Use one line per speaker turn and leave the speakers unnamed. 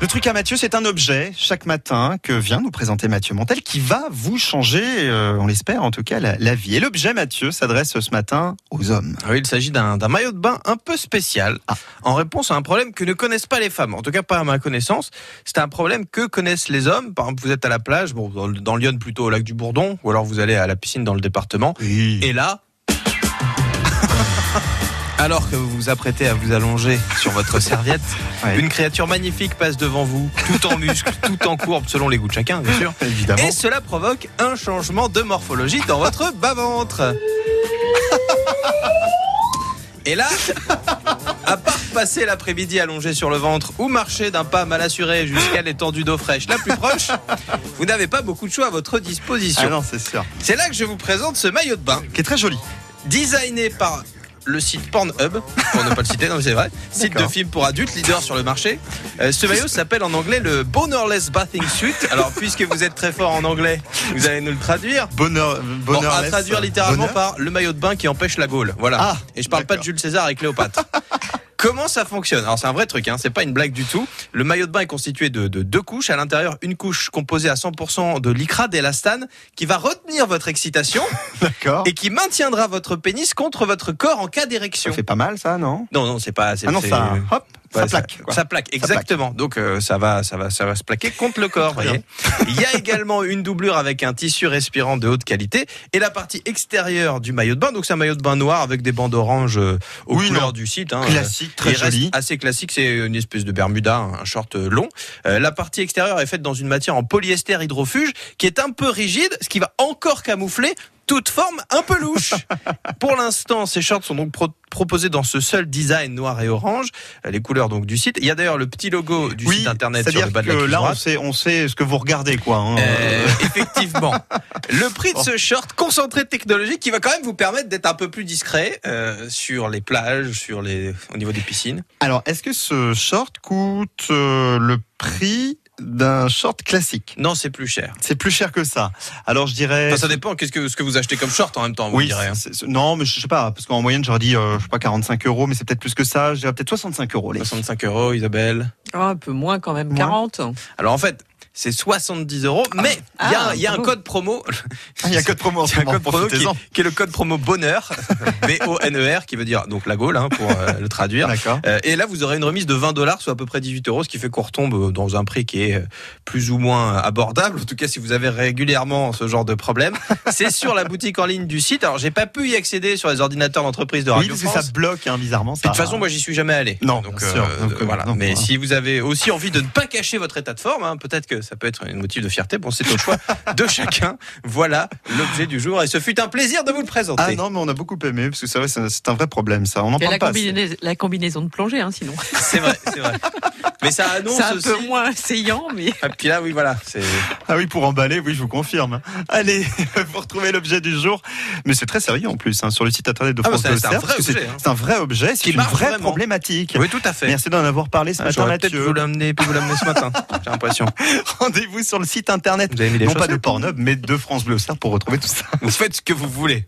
Le truc à Mathieu, c'est un objet chaque matin que vient nous présenter Mathieu Montel qui va vous changer, euh, on l'espère en tout cas, la, la vie. Et l'objet Mathieu s'adresse ce matin aux hommes.
Ah oui, il s'agit d'un d'un maillot de bain un peu spécial
Ah.
en réponse à un problème que ne connaissent pas les femmes. En tout cas, pas à ma connaissance. C'est un problème que connaissent les hommes. Par exemple, vous êtes à la plage, bon, dans, le- dans Lyon plutôt au lac du Bourdon, ou alors vous allez à la piscine dans le département.
Oui.
Et là, alors que vous vous apprêtez à vous allonger sur votre serviette,
Ouais.
une créature magnifique passe devant vous, tout en muscles, tout en courbe, selon les goûts de chacun, bien sûr.
Évidemment.
Et cela provoque un changement de morphologie dans votre bas-ventre. Et là, à part passer l'après-midi allongé sur le ventre ou marcher d'un pas mal assuré jusqu'à l'étendue d'eau fraîche la plus proche, vous n'avez pas beaucoup de choix à votre
Ah
disposition.
non, c'est sûr.
C'est là que je vous présente ce maillot de bain,
Qui est très joli.
designé par le site Pornhub, pour ne pas le citer, non mais c'est vrai, site de
D'accord.
films pour adultes, leader sur le marché. Euh, ce maillot s'appelle en anglais le Bonerless Bathing Suit. Alors puisque vous êtes très fort en anglais, vous allez nous le traduire.
Bonheur. euh,
Bon,
bonheur
à
laisse-
traduire littéralement
bonheur.
par le maillot de bain qui empêche la Gaule. Voilà.
Ah,
et je parle pas de
d'accord.
Jules César et Cléopâtre. Comment ça fonctionne Alors c'est un vrai truc, hein, c'est pas une blague du tout. Le maillot de bain est constitué de, de deux couches. À l'intérieur, une couche composée à 100% de lycra d'élastane qui va retenir votre excitation
D'accord.
et qui maintiendra votre pénis contre votre corps en cas d'érection.
Ça fait pas mal ça, non
Non, non, c'est pas. c'est-
Ah non,
c'est-
ça. Hop,
Ouais,
ça plaque. quoi.
Ça plaque, exactement. Donc euh, ça va, ça va, ça va se plaquer contre le corps.
Très
voyez. Il y a également une doublure avec un tissu respirant de haute qualité et la partie extérieure du maillot de bain. Donc c'est un maillot de bain noir avec des bandes oranges euh, aux
Oui,
couleurs
non.
du site. hein.
Classique, très
Il reste
joli.
assez classique, c'est une espèce de Bermuda, un short euh, long. Euh, la partie extérieure est faite dans une matière en polyester hydrofuge qui est un peu rigide, ce qui va encore camoufler toute forme un peu louche. Pour l'instant, ces shorts sont donc pro- proposés dans ce seul design noir et orange, euh, les couleurs donc du site. Il y a d'ailleurs le petit logo du
Oui,
site internet sur
c'est-à-dire
le bas de la
que
cuisse
là, on
droite.
sait, on sait ce que vous regardez, quoi. hein.
Euh, effectivement. Le prix de ce short concentré technologique qui va quand même vous permettre d'être un peu plus discret euh, sur les plages, sur les au niveau des piscines.
Alors, est-ce que ce short coûte euh, le prix d'un short classique
Non, c'est plus cher.
C'est plus cher que ça. Alors, je dirais.
Enfin, ça dépend qu'est-ce que ce que vous achetez comme short en même temps, vous me
oui,
direz. hein.
c'est- c'est- non, mais je sais pas, parce qu'en moyenne, j'aurais dit, euh, je sais pas, 45 euros, mais c'est peut-être plus que ça. Je dirais peut-être 65 euros. Les.
65 euros, Isabelle.
Ah, un peu moins quand même,
Moins.
40.
Alors en fait, c'est 70 euros, mais il y a,
Ah,
il y a un
bravo.
code promo.
Ah, Il y a que de promo en
Il y
ce
a un
moment,
code promo qui,
profitez-en.
qui est le code promo bonheur, B-O-N-E-R, E qui veut dire donc la Gaule hein, pour euh, le traduire.
D'accord.
Euh, et là, vous aurez une remise de 20 dollars, soit à peu près 18 euros, ce qui fait qu'on retombe dans un prix qui est euh, plus ou moins abordable. En tout cas, si vous avez régulièrement ce genre de problème, c'est sur la boutique en ligne du site. Alors, j'ai pas pu y accéder sur les ordinateurs d'entreprise de
Oui,
Radio
parce que
France.
ça bloque, hein, bizarrement.
Puis
Ça...
de toute façon, moi, j'y suis jamais allé.
Non,
donc,
bien sûr. Donc,
euh, voilà.
donc,
Mais
voilà.
si vous avez aussi envie de ne pas cacher votre état de forme, hein, peut-être que ça peut être un motif de fierté. Bon, c'est au choix de chacun. Voilà l'objet du jour. Et ce fut un plaisir de vous le présenter.
Ah non, mais on a beaucoup aimé, parce que c'est vrai, c'est c'est un vrai problème, ça. On en
Il y
parle
a la,
pas. assez.
combinaison, la combinaison de plongée, hein, sinon.
C'est vrai, c'est vrai. Mais ça annonce
C'est un
aussi.
peu moins essayant, mais.
Ah, puis là, oui, voilà. C'est
Ah oui, pour emballer, oui, je vous confirme. Allez, vous retrouvez l'objet du jour. Mais c'est très sérieux en plus, hein, sur le site internet de
Ah,
France
bah, c'est-
Bleu
c'est un
Auxerre,
vrai
parce que
objet, hein.
C'est un vrai objet, c'est
Qui
une
marche
vraie
vraiment.
problématique.
oui, tout à fait.
Merci d'en avoir parlé ce
Ah,
matin,
J'aurais peut-être
Mathieu.
vous l'amener, puis vous l'amener ce matin. J'ai l'impression.
Rendez-vous sur le site internet,
Vous avez mis des
non pas
chaussettes
de Pornhub, mais de France Bleu Auxerre pour retrouver tout ça.
Vous faites ce que vous voulez.